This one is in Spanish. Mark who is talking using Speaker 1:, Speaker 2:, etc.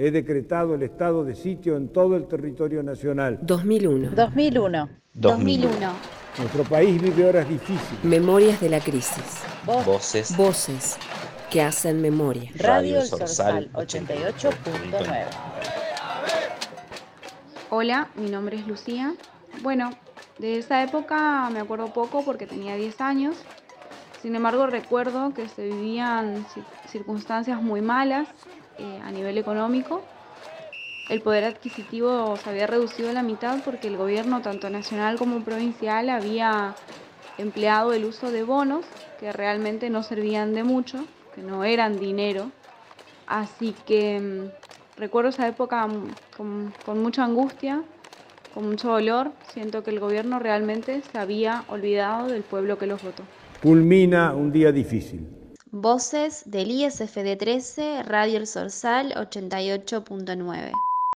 Speaker 1: He decretado el estado de sitio en todo el territorio nacional.
Speaker 2: 2001.
Speaker 3: 2001.
Speaker 4: 2001.
Speaker 1: Nuestro país vive horas difíciles.
Speaker 2: Memorias de la crisis.
Speaker 3: Voz.
Speaker 4: Voces.
Speaker 2: Voces que hacen memoria.
Speaker 3: Radio El Sorsal 88.9.
Speaker 5: Hola, mi nombre es Lucía. Bueno, de esa época me acuerdo poco porque tenía 10 años. Sin embargo, recuerdo que se vivían ci- circunstancias muy malas eh, a nivel económico. El poder adquisitivo se había reducido a la mitad porque el gobierno, tanto nacional como provincial, había empleado el uso de bonos que realmente no servían de mucho, que no eran dinero. Así que mm, recuerdo esa época mm, con, con mucha angustia, con mucho dolor. Siento que el gobierno realmente se había olvidado del pueblo que los votó.
Speaker 1: Culmina un día difícil.
Speaker 4: Voces del ISFD 13, Radio El Sorsal 88.9.